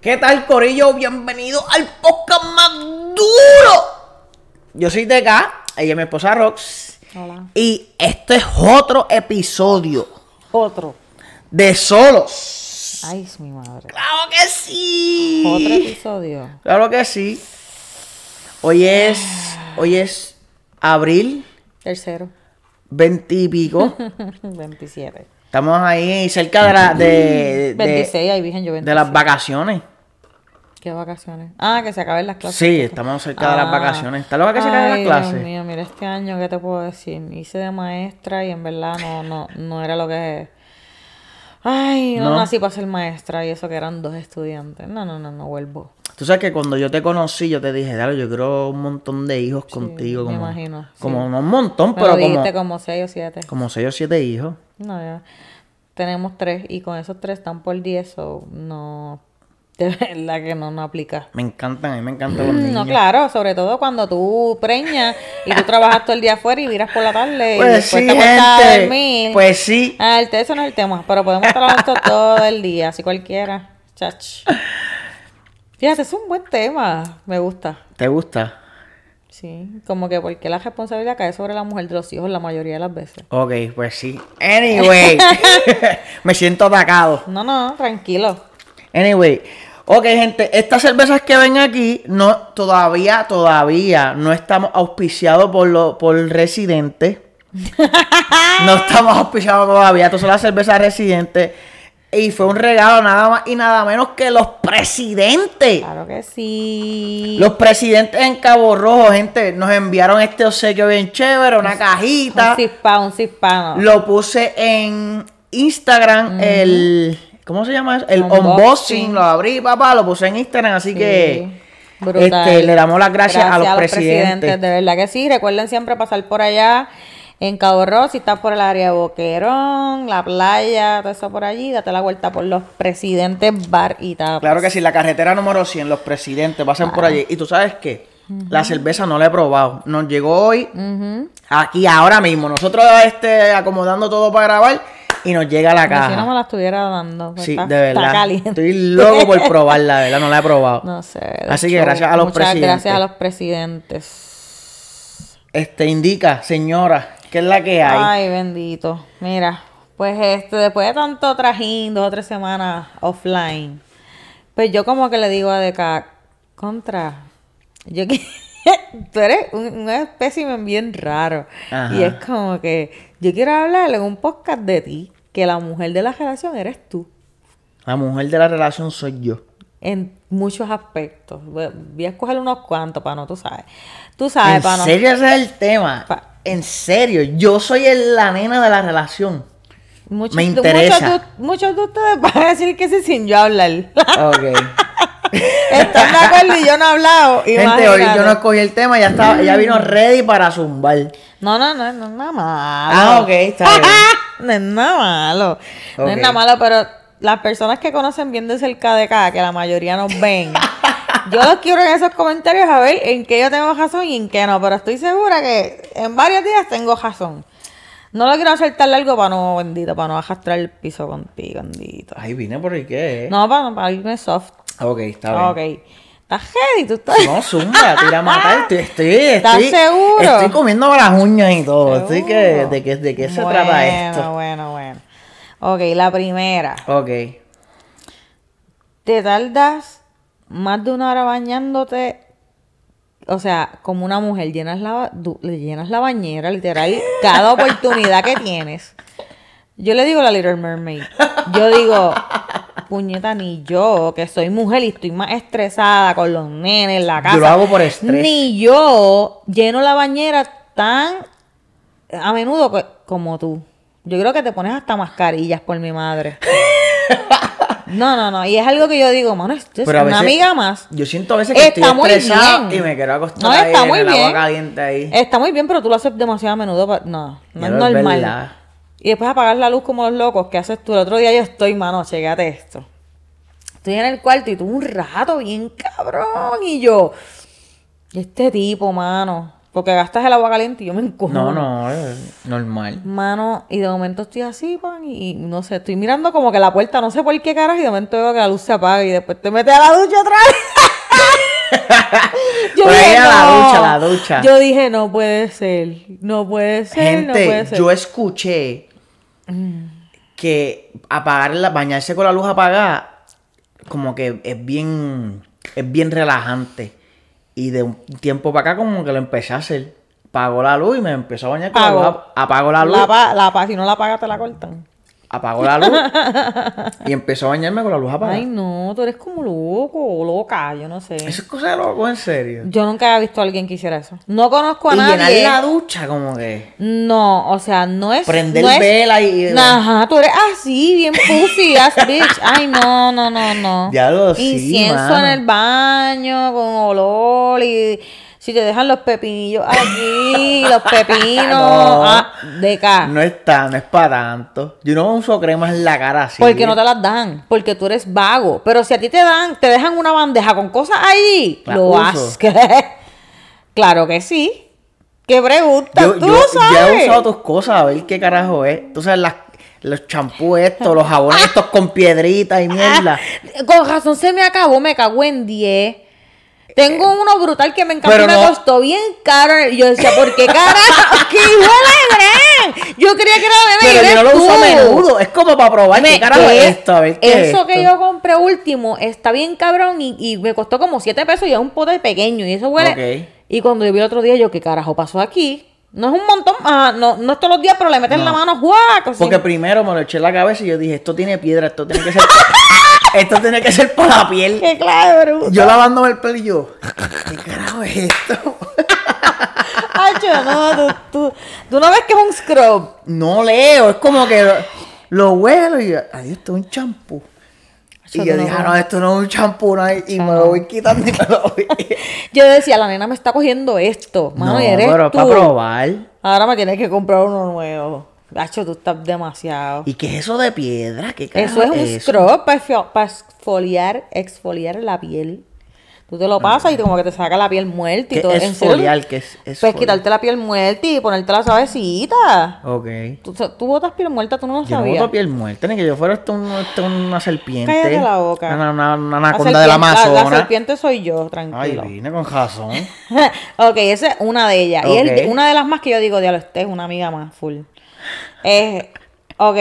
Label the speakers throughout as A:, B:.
A: ¿Qué tal, Corillo? Bienvenido al podcast más duro. Yo soy TK, ella es mi esposa Rox.
B: Hola.
A: Y esto es otro episodio
B: Otro.
A: de Solos.
B: Ay, es mi madre.
A: ¡Claro que sí!
B: Otro episodio.
A: Claro que sí. Hoy es.
B: Ah.
A: Hoy es abril
B: Tercero.
A: 20 y pico.
B: Mm. 27.
A: Estamos ahí cerca de, la- de, de-
B: 26, ay, Virgen, yo
A: de
B: 26.
A: las vacaciones.
B: ¿Qué vacaciones? Ah, que se acaben las clases.
A: Sí, estamos cerca de las
B: Ah.
A: vacaciones. ¿Estás loca que se acaben las
B: Ay,
A: clases?
B: Dios mío, mira este año, ¿qué te puedo decir? Hice de maestra y en verdad no, no, no era lo que... Ay, no,
A: No.
B: nací para ser maestra y eso que eran dos estudiantes. No, no, no, no vuelvo.
A: Tú sabes que cuando yo te conocí, yo te dije, dale, yo quiero un montón de hijos contigo.
B: me
A: Como,
B: imagino, sí.
A: Como no un montón,
B: Pero
A: pero,
B: dijiste
A: como,
B: como seis o siete.
A: como seis o siete hijos.
B: No, ya. Tenemos tres y con esos tres están por 10, so no. De verdad que no, no aplica.
A: Me encantan, a mí me encantan los niños.
B: No, claro, sobre todo cuando tú preñas y tú trabajas todo el día afuera y viras por la tarde y
A: Pues
B: después
A: sí,
B: te acuestas a
A: gente.
B: dormir.
A: Pues sí.
B: Ah, el té, eso no es el tema, pero podemos estar hablando esto todo el día, así cualquiera. Chach. Fíjate, es un buen tema, me gusta.
A: ¿Te gusta?
B: Sí, como que porque la responsabilidad cae sobre la mujer de los hijos la mayoría de las veces.
A: Ok, pues sí. Anyway. me siento atacado.
B: No, no, tranquilo.
A: Anyway. Ok, gente, estas cervezas que ven aquí, no, todavía, todavía no estamos auspiciados por, lo, por residente. No estamos auspiciados todavía. Estas son las cervezas residentes. Y fue un regalo nada más y nada menos que los presidentes.
B: Claro que sí.
A: Los presidentes en Cabo Rojo, gente, nos enviaron este obsequio bien chévere, una
B: Un
A: cajita.
B: cispa, un cispano.
A: Lo puse en Instagram el. ¿Cómo se llama eso? El unboxing.
B: Unboxing.
A: Lo abrí, papá, lo puse en Instagram. Así que
B: Brutal.
A: este, le damos las gracias, a los, presidentes.
B: De verdad que sí. Recuerden siempre pasar por allá en Cabo Rojo, si estás por el área de Boquerón, la playa, todo eso por allí, date la vuelta por los presidentes bar y tapas.
A: Claro que sí, la carretera número 100, los presidentes pasen por allí. Y tú sabes qué? La cerveza no la he probado. Nos llegó hoy, aquí, ahora mismo. Nosotros este, acomodando todo para grabar y nos llega la
B: Como si no me
A: caja.
B: la estuviera dando. pues
A: Sí,
B: está-
A: de
B: Está
A: verdad.
B: caliente.
A: Estoy loco por probarla, de ¿verdad? No la he probado.
B: No sé.
A: Así que gracias a los
B: Muchas
A: presidentes.
B: gracias a los presidentes.
A: Este, indica, señora, ¿qué es la que hay?
B: Ay, bendito. Mira, pues este, después de tanto trajín, dos o tres semanas offline, pues yo como que le digo a Deca, contra, yo que tú eres un, un espécimen bien raro.
A: Ajá.
B: Y es como que yo quiero hablarle en un podcast de ti, que la mujer de la relación eres tú.
A: La mujer de la relación soy yo.
B: En muchos aspectos. Voy voy a escoger unos cuantos para no, tú sabes. Tú sabes,
A: en
B: para no.
A: serio, ese es el tema.
B: Pa-
A: En serio, yo soy el- la nena de la relación.
B: Muchos,
A: Me
B: de-
A: interesa.
B: Muchos, de- muchos de ustedes van a decir que sí sin yo hablar.
A: Ok.
B: Están de Este, acuerdo y yo no he hablado.
A: Gente, hoy
B: imagínate. Mm.
A: yo no escogí el tema, ya estaba, ya vino ready para zumbar.
B: No, no, no, no es nada malo.
A: Ah, ok, está bien.
B: no es nada malo. No es
A: Ok.
B: nada malo, pero las personas que conocen bien de cerca de acá, que la mayoría nos ven, yo los quiero en esos comentarios a ver en qué yo tengo razón y en qué no, pero estoy segura que en varios días tengo razón. No lo quiero hacer tan largo para no, bendito, para no arrastrar el piso contigo, bendito.
A: Ay, vine por el qué.
B: No, para, para irme soft.
A: Ok, está bien.
B: Ok. ¿Estás heavy? ¿Tú estás?
A: No, zumba, tira a matar. Estoy, estoy,
B: ¿Estás
A: estoy,
B: seguro?
A: Estoy comiendo las uñas y todo. Así que,
B: Seguro.
A: ¿de qué, de qué se trata esto?
B: Oh. Bueno, bueno, bueno. Ok, la primera.
A: Ok.
B: Te tardas más de una hora bañándote. O sea, como una mujer, llenas la, ba- du- le llenas la bañera, literal, cada oportunidad que tienes. Yo le digo la Little Mermaid. Yo digo, puñeta, ni yo, que soy mujer y estoy más estresada con los nenes en la casa.
A: Yo lo hago por estrés.
B: Ni yo lleno la bañera tan a menudo co- como tú. Yo creo que te pones hasta mascarillas por mi madre. No, no, no. Y es algo que yo digo, mano, esto es
A: Pero a veces-
B: una amiga más.
A: Yo siento a veces que
B: Está
A: estoy
B: muy
A: estresado
B: bien.
A: y me quiero acostar
B: No,
A: ahí
B: está
A: en
B: muy
A: el agua
B: bien. Eh,
A: caliente ahí.
B: Está muy bien, pero tú lo haces demasiado a menudo. pa- No, no
A: Ya
B: es
A: lo es
B: normal.
A: verdad.
B: y después apagar la luz como los locos. ¿Qué haces tú? El otro día yo estoy, mano, checate esto. Estoy en el cuarto y tuve un rato bien cabrón. Y yo, y este tipo, mano. Porque gastas el agua caliente y yo me encojo.
A: No, no, es normal.
B: Mano, y de momento estoy así, pan, y, y no sé, estoy mirando como que la puerta, no sé por qué caras, y de momento veo que la luz se apaga y después te metes a la ducha otra vez.
A: Pero ella la
B: "No".
A: ducha, la ducha.
B: Yo dije, no puede ser, no puede ser, no
A: Gente,
B: puede ser.
A: yo escuché que apagar la, bañarse con la luz apagada, como que es bien, es bien relajante. Y de un tiempo para acá, como que lo empecé a hacer. Apagó la luz y me empezó a bañar con la
B: Apagó.
A: luz. ap- Apagó la luz.
B: La pa- la pa- si no la apagas, te la cortan.
A: Apagó la luz. y empezó a bañarme con la luz apagada.
B: Ay, no, tú eres como loco o loca, yo no sé.
A: Eso es cosa de loco, en serio.
B: Yo nunca había visto a alguien que hiciera eso. No conozco a
A: Y llenar
B: nadie.
A: la ducha, como que.
B: No, o sea, no es.
A: Prender
B: no es-
A: vela y.
B: Ajá, tú eres así, bien pussy, ass bitch. Ay, no, no, no, no.
A: Ya lo sí,
B: Incienso
A: mano.
B: en el baño con olor y si te dejan los pepinillos aquí, los pepinos
A: No.
B: ah, de acá.
A: No está, no es para tanto. Yo no uso cremas en la cara así.
B: Porque no te las dan, porque tú eres vago. Pero si a ti te dan, te dejan una bandeja con cosas allí,
A: La
B: lo
A: uso.
B: haces. claro que sí. ¿Qué pregunta?
A: yo,
B: tú
A: yo-
B: lo
A: ya
B: sabes.
A: he usado tus cosas a ver qué carajo es. Tú sabes, las, los champús estos, los
B: Ah.
A: jabones estos con piedritas y mierda.
B: Con razón se me acabó, me cagó en 10. Tengo uno brutal que me encantó
A: pero
B: y me
A: no-
B: costó bien caro. Y Yo decía, ¿por qué carajo? ¡Qué hijo de Bren! Yo creía que era de
A: Pero yo
B: Bren,
A: no
B: eres
A: lo uso a
B: tú.
A: menudo. Es como para probar
B: Me-
A: qué carajo
B: ¿qué?
A: es esto. A ver qué es
B: Eso que
A: esto.
B: yo compré último está bien cabrón y, y me costó como 7 pesos y es un pote pequeño y eso huele.
A: Ok.
B: Y cuando yo vi el otro día, yo, ¿qué carajo pasó aquí? No es un montón, ah, no, no es todos los días, pero le meten
A: No.
B: la mano, guaco.
A: Porque primero me lo eché en la cabeza y yo dije, esto tiene piedra, esto tiene que ser. esto tiene que ser para la piel.
B: ¡Qué claro!
A: Yo lavándome el pelo y yo, ¿qué carajo es esto?
B: Hacho, no, tú, tú, tú no ves que es un scrub.
A: No leo, es como que lo, lo huelo y yo, adiós, esto es un champú.
B: Hacho,
A: Y yo
B: tú no
A: dije, "Ah,
B: ves.
A: no, esto no es un champú, no hay", y me lo voy quitando y me lo voy.
B: Yo decía, la nena me está cogiendo esto. Mano,
A: no,
B: y eres
A: pero
B: tú.
A: para probar.
B: Ahora me tienes que comprar uno nuevo. Hacho, tú estás demasiado.
A: ¿Y qué es eso de piedra? ¿Qué
B: Eso
A: carajo
B: es un scrub para exfoliar, exfoliar la piel. Tú te lo pasas y como que te saca la piel muerta y
A: ¿Qué
B: todo.
A: es
B: ¿En serio?
A: foliar? ¿Qué es
B: Pues
A: esfoliar?
B: quitarte la piel muerta y ponértela suavecita.
A: Ok.
B: Tú, tú botas piel muerta, tú no lo
A: Yo no
B: sabías.
A: boto piel muerta, ni que yo fuera esto un- esto una serpiente.
B: Cállate la boca.
A: Una, una, una
B: La
A: anaconda del
B: serpiente- la- La,
A: Amazonas.
B: serpiente soy yo,
A: Ay,
B: tranquilo.
A: vine con razón.
B: ok, esa es una de ellas. Y es de-
A: Ok.
B: una de las más que yo digo, diablo, este es una amiga más full. Es, ok,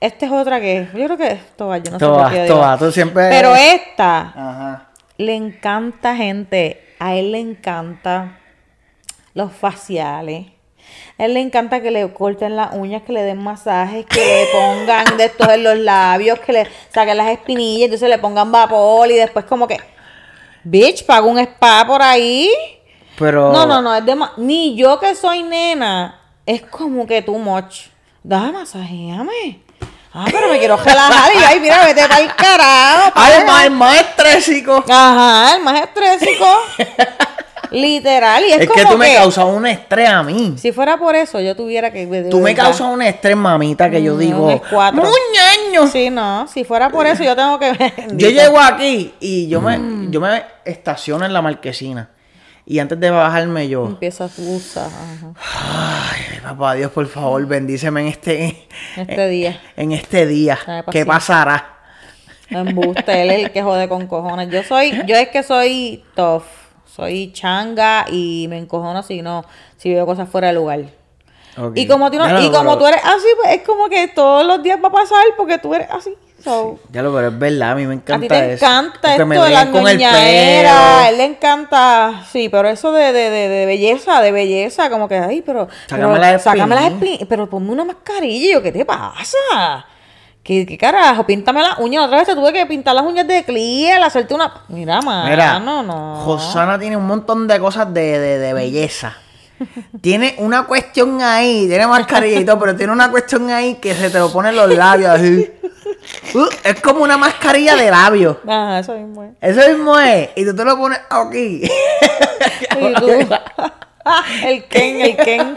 B: esta es otra que yo creo que es toda, yo no sé por
A: Todas,
B: qué yo digo.
A: todas, tú siempre.
B: Pero esta,
A: Ajá.
B: Le encanta, gente. A él le encanta los faciales. A él le encanta que le corten las uñas, que le den masajes, que le pongan de estos en los labios, que le saquen las espinillas, entonces le pongan vapor y después como que... Bitch, paga un spa por ahí.
A: Pero.
B: No, no, no, es de Ni yo que soy nena, es como que too much. Dame, masajeame. Ah, pero me quiero relajar y ay, mira, vete para el carajo.
A: ¡Ay, em-,
B: paga.
A: ma- maestra, chico!
B: Ajá, el más estrésico. Literal, y es,
A: Es,
B: como
A: que
B: que,
A: tú me causas un estrés a mí.
B: si fuera por eso, yo tuviera que.
A: tú me causas un estrés, mamita, que yo
B: Mm,
A: digo.
B: un escuatro.
A: "Muñeño".
B: Sí, no, si fuera por eso, yo tengo que.
A: Yo llego aquí y yo me, yo me estaciono en la marquesina. Y antes de bajarme, yo.
B: Empieza a usar ajá,
A: Ay, papá Dios, por favor, bendíceme en este,
B: este día.
A: en este día.
B: Dame
A: ¿Qué
B: paciencia.
A: pasará?
B: Embuste, él es el que jode con cojones. Yo soy, yo es que soy tough. Soy changa y me encojono si no, si veo cosas fuera de lugar.
A: Ok.
B: Y como tú no-
A: Ya lo-
B: y como
A: pero-
B: tú eres así, pues es como que todos los días va a pasar porque tú eres así. So,
A: Ya lo, pero es verdad, a mí me
B: A ti
A: encanta
B: te
A: eso.
B: encanta
A: Porque
B: esto
A: me
B: de la
A: ven con el
B: ñoñadera,
A: pelo.
B: él le encanta, sí, pero eso de, de, de, de belleza, de belleza, como que, ay, pero...
A: Sácame
B: pero,
A: las
B: sácame las
A: espinillas.
B: espin- pero ponme una mascarilla, y yo, ¿qué te pasa? ¿Qué, qué carajo? Píntame las uñas, otra vez te tuve que pintar las uñas de Cliel, hacerte una... Mira, mano,
A: Mira,
B: Ah, no, no.
A: Josana tiene un montón de cosas de, de- de belleza. tiene una cuestión ahí, tiene mascarilla y todo, pero tiene una cuestión ahí que se te lo pone en los labios así. Uh, es como una mascarilla de labios.
B: Ajá, eso mismo es.
A: Eso mismo es. Y tú te lo pones aquí.
B: Y tú- el Ken, el Ken.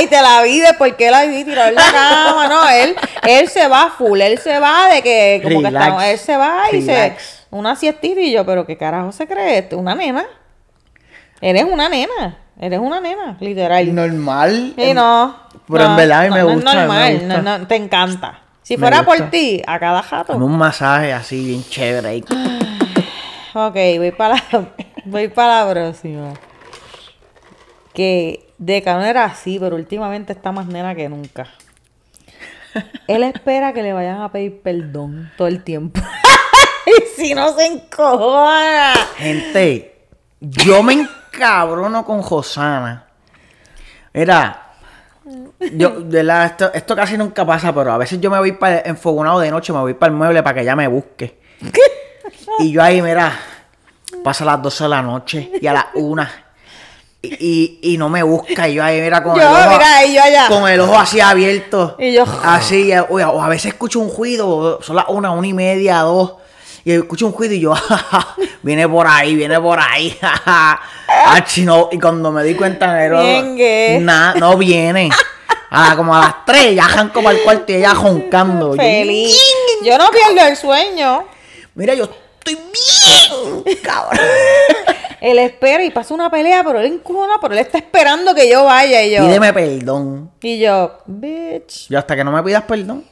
B: y te la vi de por qué la vi tirado en la cama. No, él, él se va full, él se va de que como que
A: Relax,
B: estamos, él se va y
A: relax.
B: se una siestita y yo, pero qué carajo se cree, este? una nena. Eres una nena. Eres una nena, literal.
A: normal.
B: Sí,
A: en-
B: no.
A: Pero
B: no,
A: en verdad a mí
B: no,
A: me
B: no es
A: gusta, me
B: normal,
A: gusta.
B: no, no, te encanta. Si
A: Me
B: fuera por
A: gusta.
B: ti, a cada jato.
A: Dame un masaje así bien chévere. ahí.
B: Ok, voy para la, voy para la próxima. Que de no era así, pero últimamente está más nena que nunca. Él espera que le vayan a pedir perdón todo el tiempo. y si no se encojona.
A: Gente, yo me encabrono con Josana. Era. Yo, de la, esto, esto casi nunca pasa, pero a veces yo me voy para enfogonado de noche, me voy para el mueble para que ella me busque. Y yo ahí, mira, pasa las 12 de la noche y a las 1. Y, y- y no me busca. Y yo ahí, mira, con
B: Yo,
A: el ojo.
B: mira, y yo allá.
A: Con el ojo así abierto.
B: Y yo-
A: Así, eh, o o a veces escucho un ruido, son las una, una y media, dos. Y escucho un ruido y yo, viene por ahí, viene por ahí. Ah, chino, y cuando me di cuenta, era-
B: Ñengue.
A: na- no viene. A la- como a las tres, ya arranco para el cuarto y ella joncando. Yo,
B: Feliz. Yo no pierdo el sueño.
A: Mira, yo estoy bien, cabrón.
B: Él espera y pasa una pelea, pero él encojona, pero él está esperando que yo vaya y yo.
A: Pídeme perdón.
B: Y yo, bitch.
A: Yo hasta que no me pidas perdón.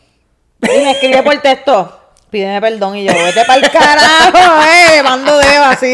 B: Y me escribe por texto. Pídeme perdón y yo, vete para el carajo, eh, mando dedo así.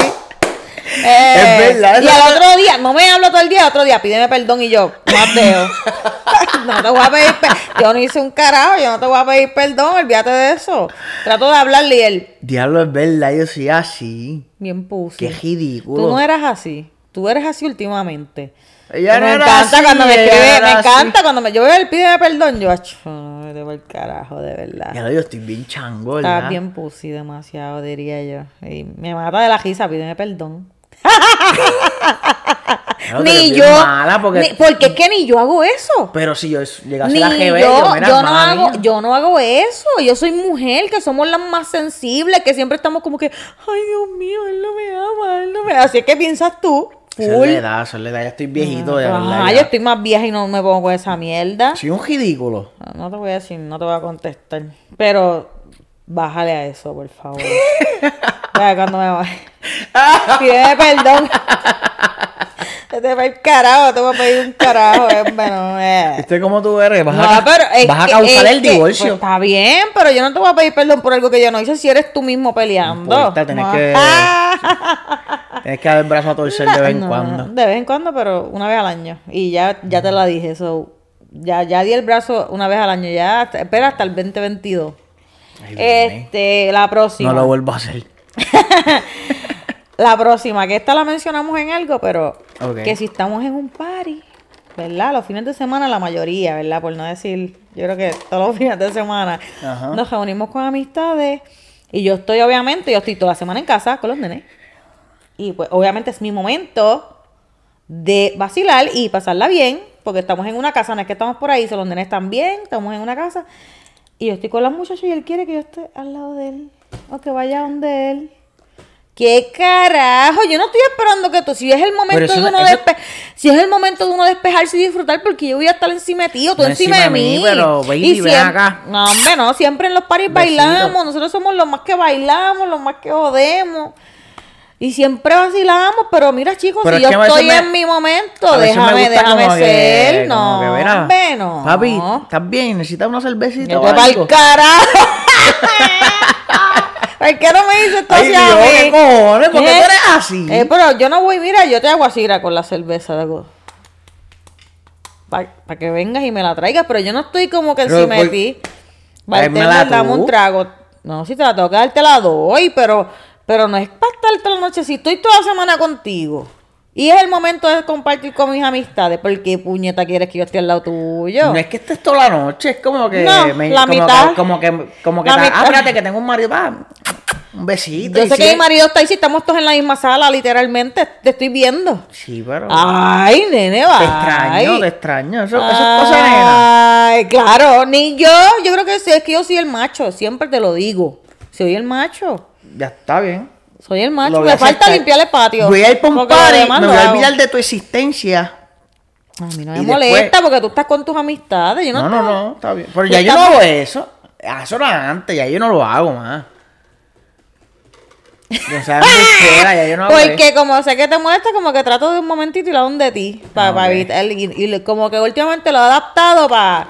B: Eh,
A: Es verdad,
B: Y
A: eso
B: al
A: es-
B: otro día, no me hablo todo el día, otro día, pídeme perdón y yo, más dedo. no te voy a pedir perdón. Yo no hice un carajo, yo no te voy a pedir perdón, olvídate de eso. Trato de hablarle y él,
A: Diablo, es verdad, yo soy así.
B: bien
A: Qué
B: puse.
A: ridículo.
B: Tú no eras así. Tú eres así últimamente.
A: Ella no
B: me
A: era
B: encanta
A: así,
B: cuando me
A: ella
B: escribe,
A: era
B: me
A: así.
B: encanta cuando me, yo veo el pídeme perdón, yo, acho, no, vete por el carajo, de verdad.
A: Ah. Ya lo digo, estoy bien chango, ¿verdad?
B: Estaba bien pussy demasiado, diría yo. Y me mata de la risa, pídeme perdón.
A: Ya lo digo,
B: ni
A: estoy
B: yo.
A: bien mala porque...
B: ni- porque es que ni yo hago eso.
A: Pero si yo es- llegase
B: Ni
A: a la GB,
B: yo,
A: mira,
B: yo no
A: mala
B: hago,
A: mía.
B: yo no hago eso. Yo soy mujer, que somos las más sensibles, que siempre estamos como que, ay Dios mío, él no me ama, él no me ama. Así es que piensas tú,
A: Eso
B: full.
A: le da, eso le da. Ya estoy viejito, de verdad.
B: Ajá,
A: ya.
B: yo estoy más vieja y no me pongo esa mierda.
A: Soy un ridículo.
B: No, No te voy a decir, no te voy a contestar. Pero bájale a eso, por favor. Ya, cuando me va. Pídeme perdón. Te va el carajo, te voy a pedir un carajo. eh, Bueno, eh.
A: ¿Viste cómo tú eres? Vas,
B: No,
A: a,
B: pero es
A: vas a
B: que-
A: causar
B: es
A: el
B: que- pues
A: divorcio.
B: está bien, pero yo no te voy a pedir perdón por algo que yo no hice si eres tú mismo peleando. Ah,
A: No importa, tenés Pues, que- Tienes que dar el brazo a torcer de vez en
B: No,
A: cuando.
B: De vez en cuando, pero una vez al año. Y ya, ya te la dije, eso. Ya, ya di el brazo una vez al año. Ya, hasta- espera hasta el 2022.
A: Ay, viene.
B: Este, la próxima.
A: no lo vuelvo a hacer.
B: La próxima, que esta la mencionamos en algo, pero
A: Ok.
B: que si estamos en un party, ¿verdad? Los fines de semana, la mayoría, ¿verdad? Por no decir, yo creo que todos los fines de semana
A: Ajá.
B: nos reunimos con amistades. Y yo estoy, obviamente, yo estoy toda la semana en casa con los nenes. Y pues, obviamente, es mi momento de vacilar y pasarla bien, porque estamos en una casa, no es que estamos por ahí, so, los nenes están bien, estamos en una casa. Y yo estoy con la muchacha y él quiere que yo esté al lado de él, o que vaya donde él. ¿Qué carajo? Yo no estoy esperando que tú, si es el momento
A: eso
B: de
A: no-
B: uno
A: eso-
B: despe- si es es el momento de uno despejarse y disfrutar, porque yo voy a estar encima de ti o tú
A: No
B: encima, de mí.
A: pero, baby, ven
B: siem-
A: acá.
B: No, hombre, no, siempre en los paris
A: Besito.
B: bailamos, nosotros somos los más que bailamos, los más que jodemos. Y siempre vacilamos, pero mira, chicos,
A: Pero
B: si
A: es
B: yo
A: que a veces
B: estoy
A: me-
B: en mi momento,
A: A veces me
B: déjame,
A: gusta
B: déjame
A: como que-
B: ser. no,
A: como que, mira,
B: hombre, no.
A: Papi, ¿estás bien? ¿Necesitas una cervecita
B: Vete
A: o
B: pa'l
A: algo?
B: carajo. ¿Por qué no me dices esto
A: Ay,
B: así
A: Dios,
B: a mí?
A: ¿qué cojones? ¿Por qué
B: Eh,
A: tú eres así?
B: eh, pero yo no voy, mira, yo te hago así mira, con la cerveza. Para que vengas y me la traigas, pero yo no estoy como que
A: Pero,
B: encima de
A: ¿por-
B: ti. Vale,
A: Tráemela
B: tenga, dame un
A: tú.
B: trago. No, si te la tengo que dar, te la doy, pero, pero no es para estar toda la noche. Si estoy toda la semana contigo. Y es el momento de compartir con mis amistades. ¿Por qué puñeta quieres que yo esté al lado tuyo?
A: No es que estés toda la noche, es como que.
B: No, la
A: como,
B: mitad.
A: Que, como que. Como que.
B: La
A: ta-
B: mitad.
A: ah, espérate, que tengo un marido. va, un besito.
B: Yo
A: y
B: sé que
A: sí.
B: mi marido está ahí, si estamos todos en la misma sala, literalmente, te estoy viendo.
A: Sí, pero.
B: Ay, nene, va.
A: te extraño, te extraño. Eso, eso es cosa
B: Ah.
A: nena.
B: Ay, claro, ni yo, yo creo que sí, es que yo soy el macho, siempre te lo digo. Soy el macho,
A: Ya está bien.
B: soy el
A: Lo
B: macho,
A: voy
B: me
A: a
B: falta
A: aceptar.
B: limpiar el patio.
A: Voy a ir para un
B: porque lo
A: party,
B: demás
A: me
B: lo
A: voy a
B: hago. Ah,
A: olvidar de tu existencia.
B: A mí no me
A: y
B: molesta
A: después-
B: porque tú estás con tus amistades, yo no,
A: No, no,
B: estaba-
A: no, está bien. Pero
B: Tú
A: ya yo no
B: estás-
A: hago eso. Ah, Eso era antes, ya yo no lo hago más. No seas embustera, ya yo no hablé.
B: Porque como sé que te molesta, como que trato de un momentito y lo hago de ti. Para
A: Ah, ok.
B: evitar. Y, y lo- como que últimamente lo he adaptado para.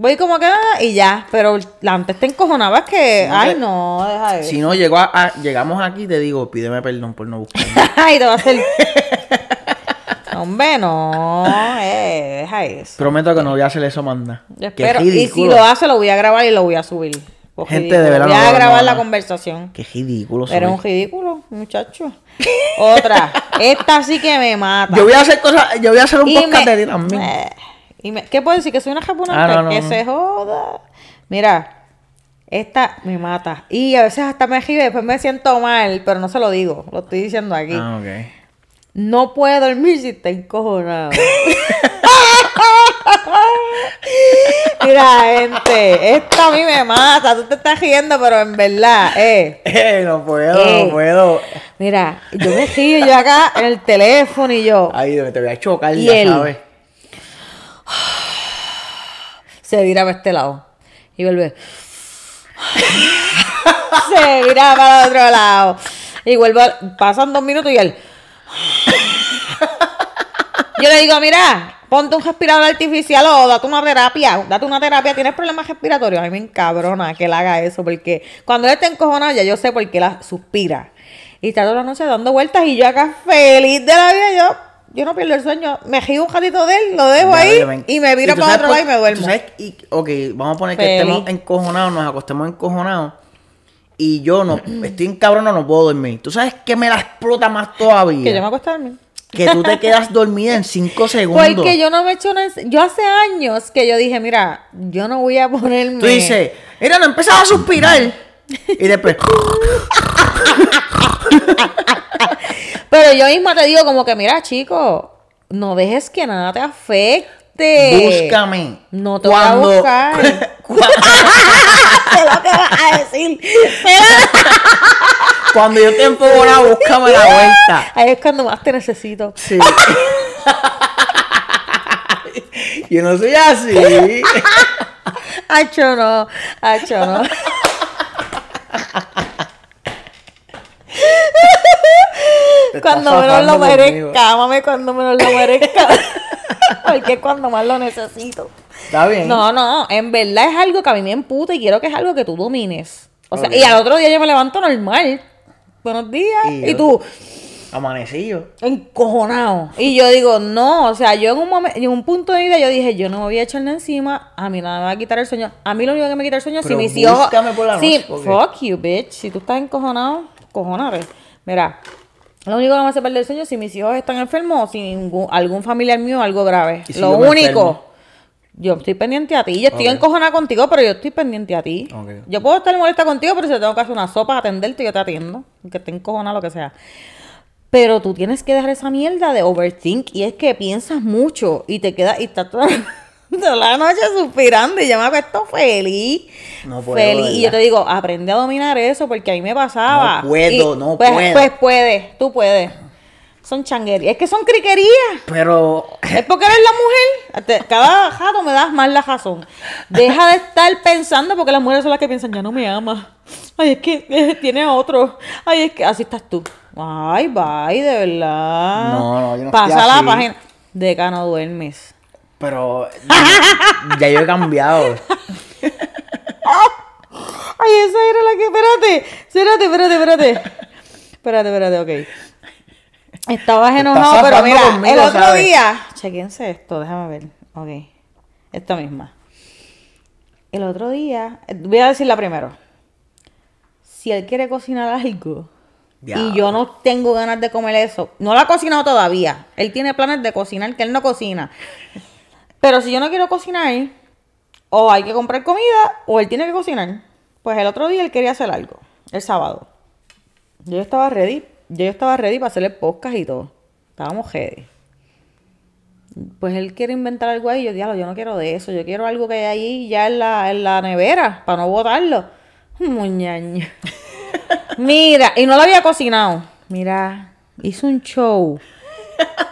B: Voy como que ah, y ya. Pero la antes te encojonabas que.
A: No
B: ay,
A: sé.
B: no, deja de.
A: Si no llegó a- a- llegamos aquí, te digo, pídeme perdón por no buscar.
B: ay, te va a hacer. Hombre, no. eh, deja eso.
A: Prometo que no voy a hacer eso, manda.
B: Yo espero. Y si
A: ridículo.
B: lo hace, lo voy a grabar y lo voy a subir. Porque
A: Gente, de verdad,
B: Voy
A: no,
B: a
A: no,
B: grabar
A: no.
B: la conversación.
A: Qué ridículo. soy.
B: Era un ridículo, muchacho. Otra. Esta sí que me mata.
A: Yo voy a hacer cosas, yo voy a hacer un
B: Y
A: podcast
B: me-
A: de ti también.
B: Eh, y me- ¿Qué puedo decir? Que soy una japonesa.
A: Ah, no, no,
B: que
A: no.
B: se joda. Mira, esta me mata. Y a veces hasta me río y después me siento mal, pero no se lo digo. Lo estoy diciendo aquí.
A: Ah, ok.
B: No puedo dormir si está encojonado. Mira, gente, esta a mí me mata. Tú te estás riendo, pero en verdad, eh.
A: Eh, no puedo,
B: Eh.
A: no puedo.
B: Mira, yo me río yo acá en el teléfono y yo
A: Ay, Dios, te voy a chocar,
B: Y
A: ya
B: él.
A: sabes.
B: se vira para este lado y vuelve. se vira para el otro lado y vuelve, pasan dos minutos y él. yo le digo, mira, ponte un respirador artificial o date una terapia, date una terapia, tienes problemas respiratorios. A mí me encabrona que él haga eso porque cuando él está encojonado ya yo sé por qué la suspira. Y está toda la noche dando vueltas y yo acá feliz de la vida, yo, yo no pierdo el sueño, me río un ratito de él, lo dejo
A: Ya,
B: ahí
A: oye, ven.
B: y me viro
A: tú
B: para
A: sabes
B: otro
A: por-
B: lado y me
A: tú
B: duermo.
A: sabes, y- ok, vamos a poner que
B: Feliz.
A: estemos encojonados, nos acostemos encojonados. Y yo no, estoy encabronado, no puedo dormir. ¿Tú sabes que me la explota más todavía?
B: Que yo me acuesto a dormir.
A: Que tú te quedas dormida en 5 segundos.
B: Porque yo no me he hecho una... ens- Yo hace años que yo dije, mira, yo no voy a ponerme...
A: Tú dices, mira, no empezaba a suspirar. Y después,
B: Pero yo misma te digo como que, mira, chico, no dejes que nada te afecte.
A: búscame.
B: No te voy a buscar.
A: Cuando,
B: ¿Qué es lo que vas a decir?
A: cuando yo te enfogona, búscame la vuelta.
B: Ahí es cuando más te necesito.
A: Sí. yo no soy así.
B: Hacho no, hacho no.
A: Te estás
B: Cuando menos
A: zafando
B: lo
A: conmigo.
B: merezca, mami, cuando menos lo merezca. Porque es cuando más lo necesito.
A: Está bien.
B: No, no, en verdad es algo que a mí me emputa y quiero que es algo que tú domines. O sea,
A: Ok.
B: y al otro día yo me levanto normal. Buenos días.
A: Y
B: Y,
A: yo-
B: tú,
A: Amanecillo.
B: encojonado. Y yo digo, no, o sea, yo en un momento, en un punto de mi vida yo dije, yo no me voy a echarle encima, a mí nada me va a quitar el sueño. A mí lo único que me quita el sueño es si
A: Pero
B: mis hijos.
A: búscame por la
B: Sí,
A: noche, porque-
B: fuck you, bitch. Si tú estás encojonado, cojonare. Mira, lo único que me hace perder el sueño es si mis hijos están enfermos o si ningún- algún familiar mío algo grave.
A: ¿Y si
B: lo
A: yo me
B: único.
A: enfermo?
B: Yo estoy pendiente a ti. Yo estoy
A: Ok.
B: encojonada contigo, pero yo estoy pendiente a ti.
A: Ok.
B: Yo puedo estar molesta contigo, pero si yo tengo que hacer una sopa, atenderte, yo te atiendo. Que te encojonada, lo que sea. Pero tú tienes que dejar esa mierda de overthink y es que piensas mucho y te quedas y estás toda, toda la noche suspirando y yo me acuesto feliz.
A: No puedo,
B: feliz. Y yo
A: ¿verdad?
B: te digo, aprende a dominar eso porque a mí me pasaba.
A: No puedo, no
B: pues,
A: puedo.
B: Pues puedes, tú puedes. Son changuerías. Es que son criquerías.
A: Pero
B: Es porque eres la mujer. Te- Cada jato me das más la razón. Deja de estar pensando porque las mujeres son las que piensan, ya no me ama. Ay, es que eh, tiene a otro. Ay, es que así estás tú. Ay, bye, de verdad.
A: No, no, yo no
B: Pasa
A: estoy
B: la
A: así.
B: página. De acá no duermes.
A: Pero ya yo he cambiado.
B: Ay, esa era la que. Espérate, espérate, espérate, espérate. Espérate, espérate, ok. Estabas enojado, pero
A: zafando
B: mira,
A: conmigo,
B: el otro
A: ¿sabes?
B: día. Chequense esto, déjame ver. Ok. Esta misma. El otro día. eh, Voy a decirla primero. Si él quiere cocinar algo y yo no tengo ganas de comer eso, no lo ha cocinado todavía. Él tiene planes de cocinar que él no cocina. Pero si yo no quiero cocinar, o hay que comprar comida, o él tiene que cocinar. Pues el otro día él quería hacer algo, el sábado. Yo estaba ready, yo estaba ready para hacer el podcast y todo. Estábamos ready. Pues él quiere inventar algo ahí, yo diablo, yo no quiero de eso, yo quiero algo que hay ahí ya en la, en la nevera, para no botarlo. Muñaño. Mira, y no lo había cocinado. Mira, hizo un show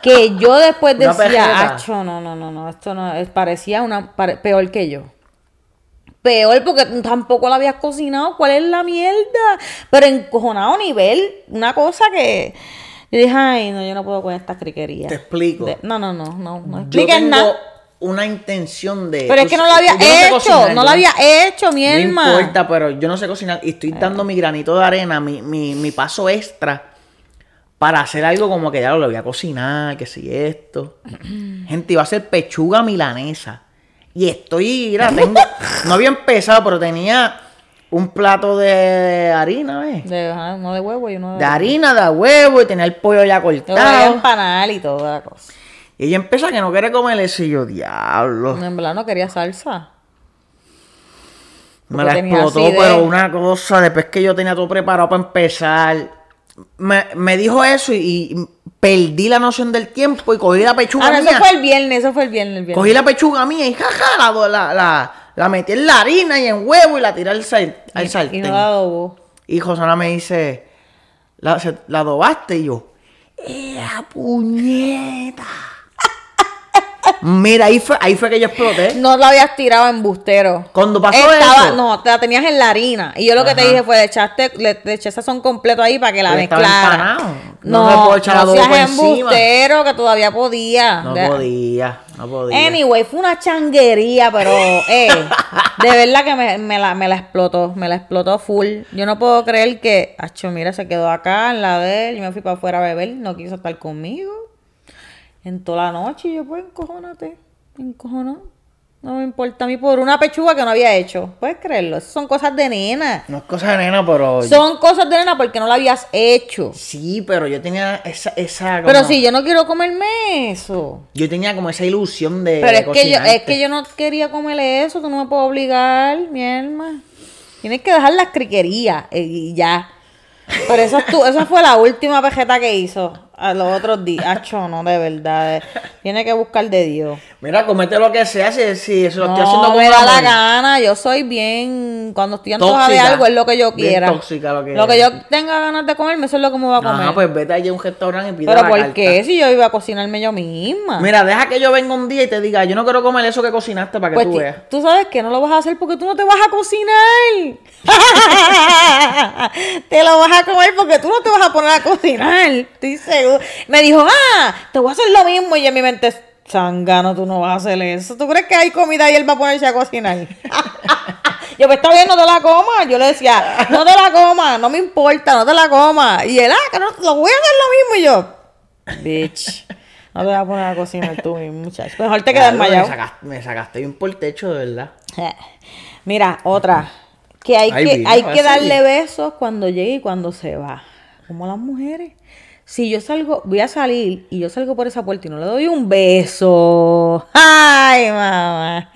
B: que yo después
A: Una
B: decía,
A: perrera.
B: acho, no, no, no, no, esto no, es- parecía una, pare- peor que yo. peor porque tampoco la habías cocinado. ¿Cuál es la mierda? Pero encojonado nivel, una cosa que. Yo dije, ay, no, yo no puedo con estas criquerías.
A: Te explico.
B: De- No, no, no, no, no
A: Yo
B: expliques
A: tengo
B: nada.
A: una intención de.
B: Pero es que no lo había
A: Yo sé
B: hecho,
A: cocinar,
B: no
A: yo
B: lo había hecho, mi
A: No
B: hermana.
A: importa, pero yo no sé cocinar y estoy dando mi granito de arena, mi, mi, mi paso extra para hacer algo como que ya lo voy a cocinar, que si esto. Gente, iba a hacer pechuga milanesa. Y estoy, mira, tengo, no había empezado, pero tenía un plato de harina, ¿ves?
B: De, ajá, no de huevo y uno
A: De
B: de.
A: harina, de huevo y tenía el pollo ya
B: Yo quería
A: cortado.
B: empanal y toda la cosa.
A: Y ella empieza que no quiere comer eso y yo, diablo.
B: No, en verdad no quería salsa.
A: Me la
B: tenía
A: explotó,
B: acidez.
A: pero una cosa, después que yo tenía todo preparado para empezar. Me, me dijo eso y, y perdí la noción del tiempo y cogí la pechuga
B: Ah, no,
A: mía.
B: eso fue el viernes, eso fue el viernes, el viernes.
A: Cogí la pechuga mía y jaja, la, la, la, la metí en la harina y en huevo y la tiré al, sal- al
B: Y-
A: sartén.
B: Y no la adobo.
A: Y Josana me dice, la, se- la adobaste y yo, ¡Ea, puñeta! Mira, ahí fue, ahí fue que yo exploté.
B: No la habías tirado en bustero.
A: Cuando pasó
B: Estaba-
A: eso.
B: No, te la tenías en la harina. Y yo lo que te
A: Ajá.
B: dije fue, le echaste, le, le eché sazón completo ahí para que la
A: Pero estaba
B: mezclara.
A: empanado. No
B: No,
A: le
B: no,
A: puedo echar adobo
B: seas
A: por encima.
B: embustero, que todavía podía.
A: No
B: De-
A: podía, no podía.
B: Anyway, fue una changuería, pero eh, de verdad que me, me la, me la explotó, me la explotó full. Yo no puedo creer que, acho, mira, se quedó acá en la de él, yo me fui para afuera a beber, no quiso estar conmigo. En toda la noche, y yo, pues, encojónate, encojonó. No me importa a mí por una pechuga que no había hecho. Puedes creerlo, Esas son cosas de nena.
A: No es cosa de nena, pero...
B: Son cosas de nena porque no la habías hecho.
A: Sí, pero yo tenía esa... esa
B: Pero
A: como-
B: sí, yo no quiero comerme eso.
A: Yo tenía como esa ilusión de
B: Pero
A: de
B: es que, yo,
A: cocinarte.
B: es que yo no quería comerle eso, tú no me puedes obligar, mi alma. Tienes que dejar las criquerías eh, y ya. Pero esa, es tu- esa fue la última pejeta que hizo a los otros días. Acho, no, de verdad. eh. Tiene que buscar de Dios.
A: Mira, comete lo que sea si, si se lo
B: No,
A: estoy haciendo con
B: me da la
A: amor.
B: gana. Yo soy bien... Cuando estoy antojada de
A: Tóxica.
B: algo es lo que yo
A: Bien
B: quiera.
A: tóxica lo que
B: yo tenga ganas de comerme, eso es lo que me voy a comer.
A: Ajá, pues vete allí a un restaurante y pide
B: Pero
A: la
B: ¿por
A: carta.
B: qué? Si yo iba a cocinarme yo misma.
A: Mira, deja que yo venga un día y te diga, yo no quiero comer eso que cocinaste para que
B: Pues
A: tú
B: ti-
A: veas.
B: tú sabes que no lo vas a hacer porque tú no te vas a cocinar. te lo vas a comer porque tú no te vas a poner a cocinar. Estoy seguro. Me dijo, ah, te voy a hacer lo mismo. Y en mi mente, sangano, tú no vas a hacer eso. ¿Tú crees que hay comida y él va a ponerse a cocinar? yo, pues está bien, no te la comas. Yo le decía, no te la comas, no me importa, no te la comas. Y él, ah, que no, lo voy a hacer lo mismo. Y yo, bitch. No te vas a poner a cocinar tú mismo, muchacho. Mejor te quedas
A: Claro, me
B: desmayado.
A: sacaste, me sacaste bien por el techo, de verdad.
B: Mira, otra. Que hay
A: Ay,
B: que,
A: mira,
B: hay
A: va
B: que
A: a seguir.
B: darle besos cuando llegue y cuando se va. Como las mujeres. Si yo salgo, voy a salir y yo salgo por esa puerta y no le doy un beso. ¡Ay, mamá!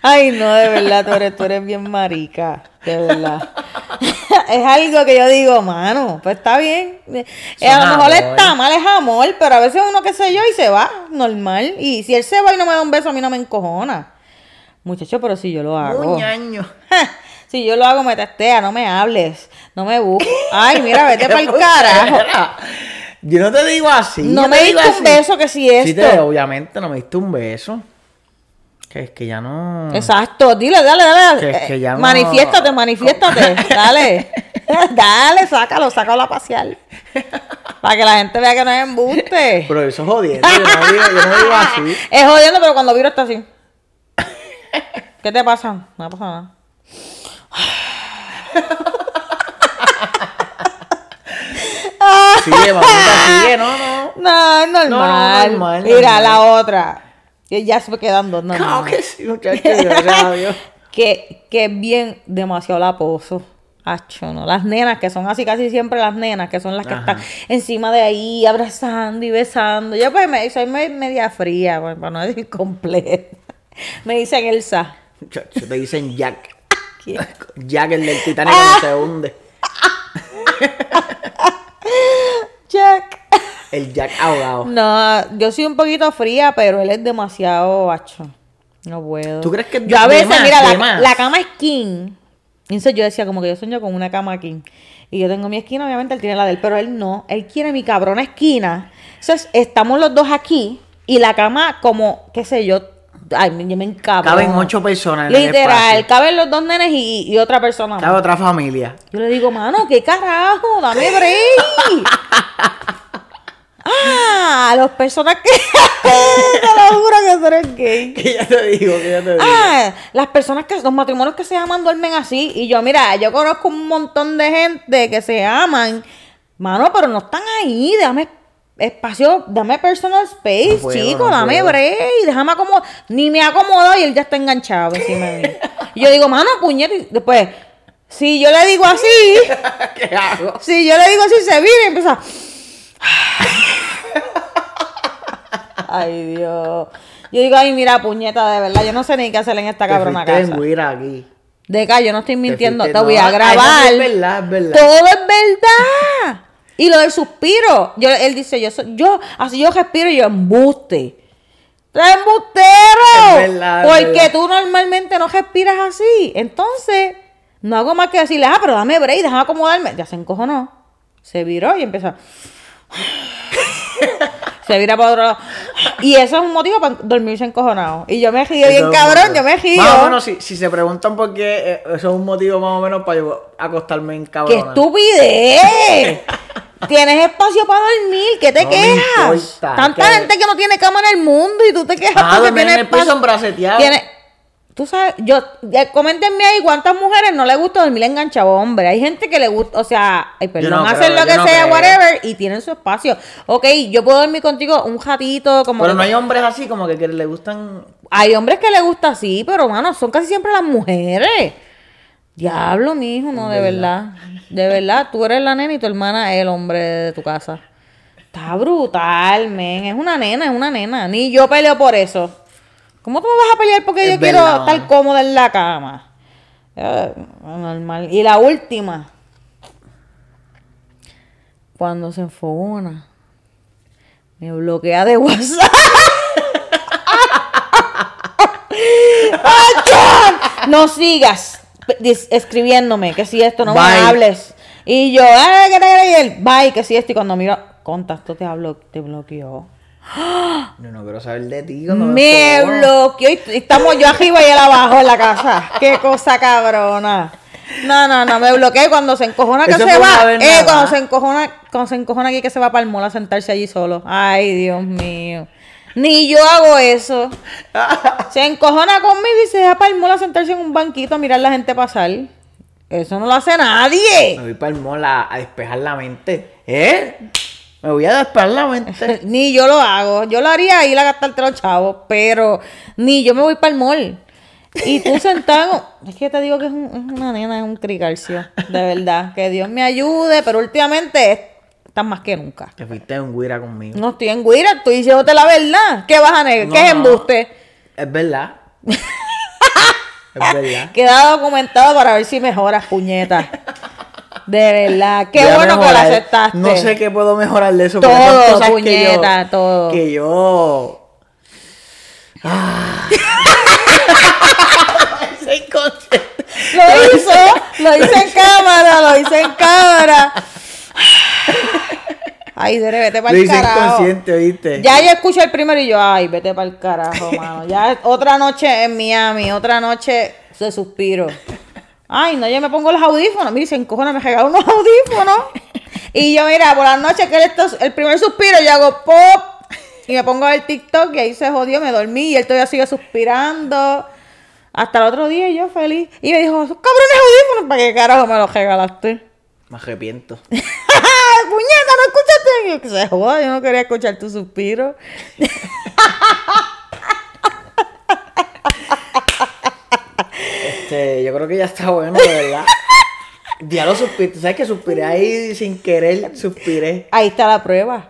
B: Ay, no, de verdad, tú eres, tú eres bien marica. De verdad. es algo que yo digo, mano, pues está bien. Eh, a
A: Son
B: lo mejor
A: amor.
B: está mal, es amor, pero a veces uno, qué sé yo, y se va, normal. Y si él se va y no me da un beso, a mí no me encojona. Muchacho, pero si yo lo hago.
A: Un año.
B: si yo lo hago, me testea, no me hables, no me busques. Ay, mira, vete para el carajo.
A: Yo no te digo así.
B: No
A: yo
B: me
A: te digo
B: diste un
A: así.
B: beso que si
A: Sí,
B: esto.
A: te, obviamente no me diste un beso. Que es que ya no.
B: Exacto, dile, dale, dale.
A: Ah. Que- que ya no- Oh.
B: Manifiéstate, manifiéstate. dale. dale, sácalo, sácalo a pasear. Para que la gente vea que no es embuste.
A: Pero eso es jodiendo. Yo no digo, yo no digo así.
B: es jodiendo, pero cuando viro está así. ¿Qué te pasa? No pasa nada.
A: Sigue, mamita, sigue, no, no.
B: No, es normal.
A: normal,
B: Mira,
A: normal.
B: la otra. Que ya se me quedan dos normal.
A: Claro que sí, muchachos, gracias a Dios.
B: que, que es bien demasiado laposo. Acho, ¿no? Las nenas, que son así casi siempre las nenas, que son las que
A: Ajá.
B: están encima de ahí, abrazando y besando. Yo pues me, soy me- media fría, pues, para no decir completa. Me dicen Elsa.
A: Muchachos, te dicen Jack.
B: ¿Quién?
A: Jack, el del Titanic cuando se hunde.
B: Jack.
A: El Jack ahogado.
B: No, yo soy un poquito fría, pero él es demasiado acho. No puedo.
A: ¿Tú crees que es
B: Yo a
A: de- de
B: veces,
A: más,
B: mira,
A: de
B: la,
A: más?
B: la cama es king. Entonces yo decía, como que yo sueño con una cama king. Y yo tengo mi esquina, obviamente él tiene la de él, pero él no. Él quiere mi cabrona esquina. Entonces estamos los dos aquí Y la cama, como, qué sé yo, ay, me- yo me encabrono.
A: Caben ocho personas en el
B: Literal,
A: espacio.
B: caben los dos nenes y, y otra persona más.
A: Cabe otra familia.
B: Yo le digo, mano, qué carajo, dame break. ah, los personas que. te lo juro que tú eres gay.
A: Que ya te digo, que ya te digo.
B: Ah, las personas que, los matrimonios que se aman duermen así. Y yo, mira, yo conozco un montón de gente que se aman. Mano, pero no están ahí. Dame espacio, dame personal space,
A: No puedo,
B: chico.
A: no
B: dame
A: puedo.
B: break. Déjame acomodar. Ni me acomodo y él ya está enganchado encima de mí. Y yo digo, mano, puñet. Y después, si yo le digo así,
A: ¿Qué hago?
B: si yo le digo así, se vira y empieza. Ay, Dios. Yo digo, ay, mira, puñeta, de verdad, yo no sé ni qué hacer en esta cabrona
A: Te fuiste
B: casa.
A: en güira aquí.
B: Deca, yo no estoy mintiendo, te,
A: fuiste-
B: voy
A: no,
B: a
A: ay, no,
B: grabar.
A: es verdad, es verdad.
B: Todo es verdad. Y lo del suspiro. Yo, él dice, yo, soy- yo, así yo respiro y yo embuste. ¡Tú eres embustero!
A: Es verdad, es
B: Porque
A: verdad.
B: tú normalmente no respiras así. Entonces, no hago más que decirle, ah, pero dame break, déjame acomodarme. Ya se encojonó. Se viró y empezó. se vira para otro lado. Y eso es un motivo para dormirse encojonado. Y yo me río bien cabrón, yo me río.
A: Más o menos, si, si se preguntan por qué, eh, eso es un motivo más o menos para yo acostarme en cabrón.
B: ¡Qué estupidez! Tienes espacio para dormir, ¿qué te
A: No me
B: quejas?
A: importa,
B: Tanta
A: que-
B: gente que no tiene cama en el mundo y tú te quejas
A: Ah,
B: porque
A: dormir
B: tienes
A: en el piso
B: espacio.
A: embraceteado.
B: Tiene- Tú sabes, yo, ya, coméntenme ahí cuántas mujeres no le gusta dormir enganchado, hombre. Hay gente que le gusta, o sea, ay, perdón,
A: no
B: hacen
A: creo,
B: lo que
A: yo no
B: sea,
A: creo.
B: whatever, y tienen su espacio. Ok, yo puedo dormir contigo un ratito, como
A: Pero
B: que-
A: no hay hombres así como que, que le gustan.
B: hay hombres que le gusta así, pero mano, son casi siempre las mujeres. Diablo, mijo, no, de verdad. De verdad, tú eres la nena y tu hermana es el hombre de tu casa. Está brutal, men. Es una nena, es una nena. Ni yo peleo por eso. ¿Cómo tú me vas a pelear porque
A: Es
B: yo quiero
A: verdad,
B: estar
A: mano.
B: cómoda en la cama? Eh, normal. Y la última. Cuando se enfogona, me bloquea de WhatsApp. no sigas dis- escribiéndome que si esto no me
A: Bye.
B: hables. Y yo, "Ay, que te- y él, bye, que si esto. Y cuando miro, contacto te, hablo, te bloqueó.
A: Yo no quiero saber de ti. cuando
B: Me
A: estoy-
B: bloqueó y y estamos yo arriba y él abajo en la casa. Qué cosa cabrona. No, no, no, me bloqueé cuando se encojona que
A: Eso
B: se
A: fue una
B: va.
A: vez
B: Eh,
A: nada
B: cuando
A: más.
B: se encojona, cuando se encojona aquí que se va para el mola a sentarse allí solo. Ay, Dios mío. Ni yo hago eso. Se encojona conmigo y se deja para el mola a sentarse en un banquito a mirar la gente pasar. Eso no lo hace nadie.
A: Me voy para el mall a, a despejar la mente. ¿Eh? Me voy a despejar la mente.
B: Ni yo lo hago. Yo lo haría ir a gastarte los chavos, pero ni yo me voy para el mall. Y tú sentado, es que te digo que es, un- es una nena, es un cricarcio, de verdad. Que Dios me ayude, pero últimamente estás más que nunca.
A: Te fuiste en guira conmigo.
B: No estoy en guira, estoy diciéndote la verdad. ¿Qué vas a negar? ¿Qué es
A: No.
B: embuste?
A: Es verdad. es verdad.
B: Queda documentado para ver si mejoras, puñeta. De verdad, qué
A: Voy a
B: bueno que lo
A: mejorar.
B: aceptaste.
A: No sé qué puedo mejorar de eso.
B: Todo,
A: pero son cosas que
B: puñeta,
A: yo,
B: todo.
A: Que yo. Ah. Ese inconsciente.
B: Lo hizo, lo hice en cámara, lo hice en cámara. Ay, Dere, vete para
A: Lo
B: el
A: hice
B: carajo.
A: inconsciente, ¿viste?
B: Ya yo escuché el primero y yo, ay, vete para el carajo, mano. Ya otra noche en Miami, otra noche de suspiro. Ay, no, yo me pongo los audífonos. Mira, y se encojona, me regala unos audífonos. Y yo, mira, por la noche que él está- el primer suspiro, yo hago pop y me pongo a ver TikTok y ahí se jodió, me dormí y él todavía sigue suspirando. Hasta el otro día y yo feliz. Y me dijo, esos cabrones audífonos, ¿para qué carajo me los regalaste?
A: Me arrepiento.
B: ¡Ay, puñeta, no escuchaste! Y yo, que se joda, yo no quería escuchar tu suspiro.
A: Este, yo creo que ya está bueno, de verdad. Ya lo suspiré. ¿Sabes que suspiré ahí sin querer? Suspiré.
B: Ahí está la prueba.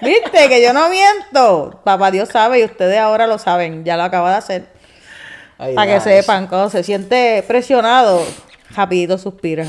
B: ¿Viste? Que yo no miento. Papá Dios sabe y ustedes ahora lo saben. Ya lo acaba de hacer.
A: Ay,
B: Para que
A: Dios.
B: sepan, cuando se siente presionado, rapidito suspira.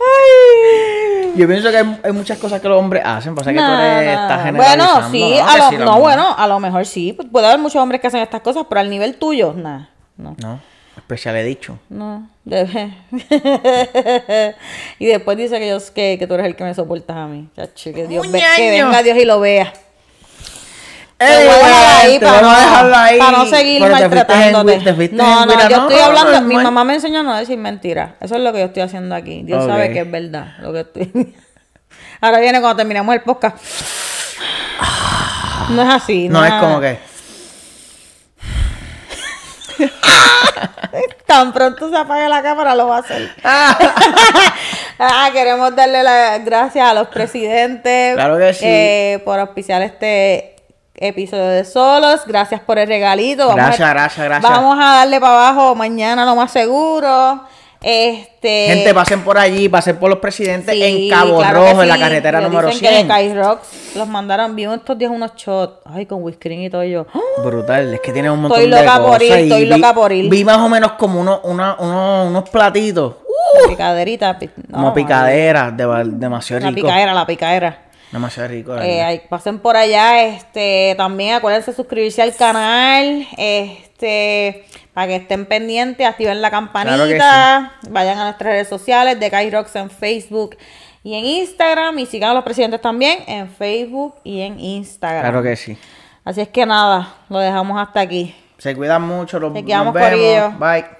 B: Ay.
A: Yo pienso que hay, hay muchas cosas que los hombres hacen. Pasa que tú
B: No,
A: eres,
B: no.
A: estás generalizando.
B: Bueno, sí,
A: ¿no?
B: a
A: Que
B: lo- Pues
A: sí, los
B: no,
A: hombres.
B: bueno, a lo mejor sí. Puede haber muchos hombres que hacen estas cosas, pero al nivel tuyo, nada. No.
A: No. Especial he dicho.
B: No, debe. y después dice que, yo, que, que tú eres el que me soportas a mí. Chacho, que, Dios ve- que
A: Muñeño.
B: venga Dios y lo vea.
A: Ey,
B: Te voy a dejar ahí
A: gente,
B: para
A: vamos a dejarlo ahí.
B: Para no seguir
A: Pero te fuiste en
B: maltratándote.
A: wi- te fuiste
B: no,
A: en
B: no,
A: guira,
B: yo estoy hablando. mi
A: normal.
B: mamá me enseñó a no decir mentiras. Eso es lo que yo estoy haciendo aquí. Dios
A: Ok.
B: sabe que es verdad lo que estoy. Ahora viene cuando terminamos el podcast. No es así.
A: No es
B: nada.
A: como que.
B: Eh, Tan pronto se apague la cámara, lo va a hacer. Ah, queremos darle las gracias a los presidentes
A: Claro que sí.
B: eh, por auspiciar este episodio de Solos. Gracias por el regalito.
A: Gracias,
B: a-
A: gracias, gracias.
B: Vamos a darle para abajo mañana, lo más seguro. Este,
A: Gente, pasen por allí, pasen por los presidentes
B: sí,
A: en Cabo
B: claro que
A: Rojo, en la
B: sí.
A: carretera
B: Pero
A: número
B: dicen que de
A: 100.
B: Kai Rocks los mandaron, vimos estos días unos shots, ay, con whisky y todo y yo.
A: ¡Uh!
B: ¡ah!
A: Brutal, es que tiene un montón
B: Estoy
A: de
B: loca
A: cosas.
B: por ir,
A: y
B: estoy
A: vi-
B: loca por ir.
A: Vi más o menos como uno, una- uno- unos platitos,
B: Picaderita, pi- Uh, no,
A: como picaderas, de- demasiado
B: La
A: rico.
B: picadera, la picadera.
A: Demasiado rico. la
B: Eh,
A: verdad.
B: ahí, pasen por allá, este, también acuérdense de suscribirse al canal, este, para que estén pendientes, activen la
A: Claro que
B: campanita, vayan a nuestras redes sociales de Kai Rocks en Facebook y en Instagram, y sigan a los presidentes también en Facebook y en Instagram.
A: claro que sí.
B: Así es que nada, lo dejamos hasta aquí.
A: Se cuidan mucho, los
B: Te
A: nos
B: quedamos,
A: vemos.
B: corillo.
A: Bye.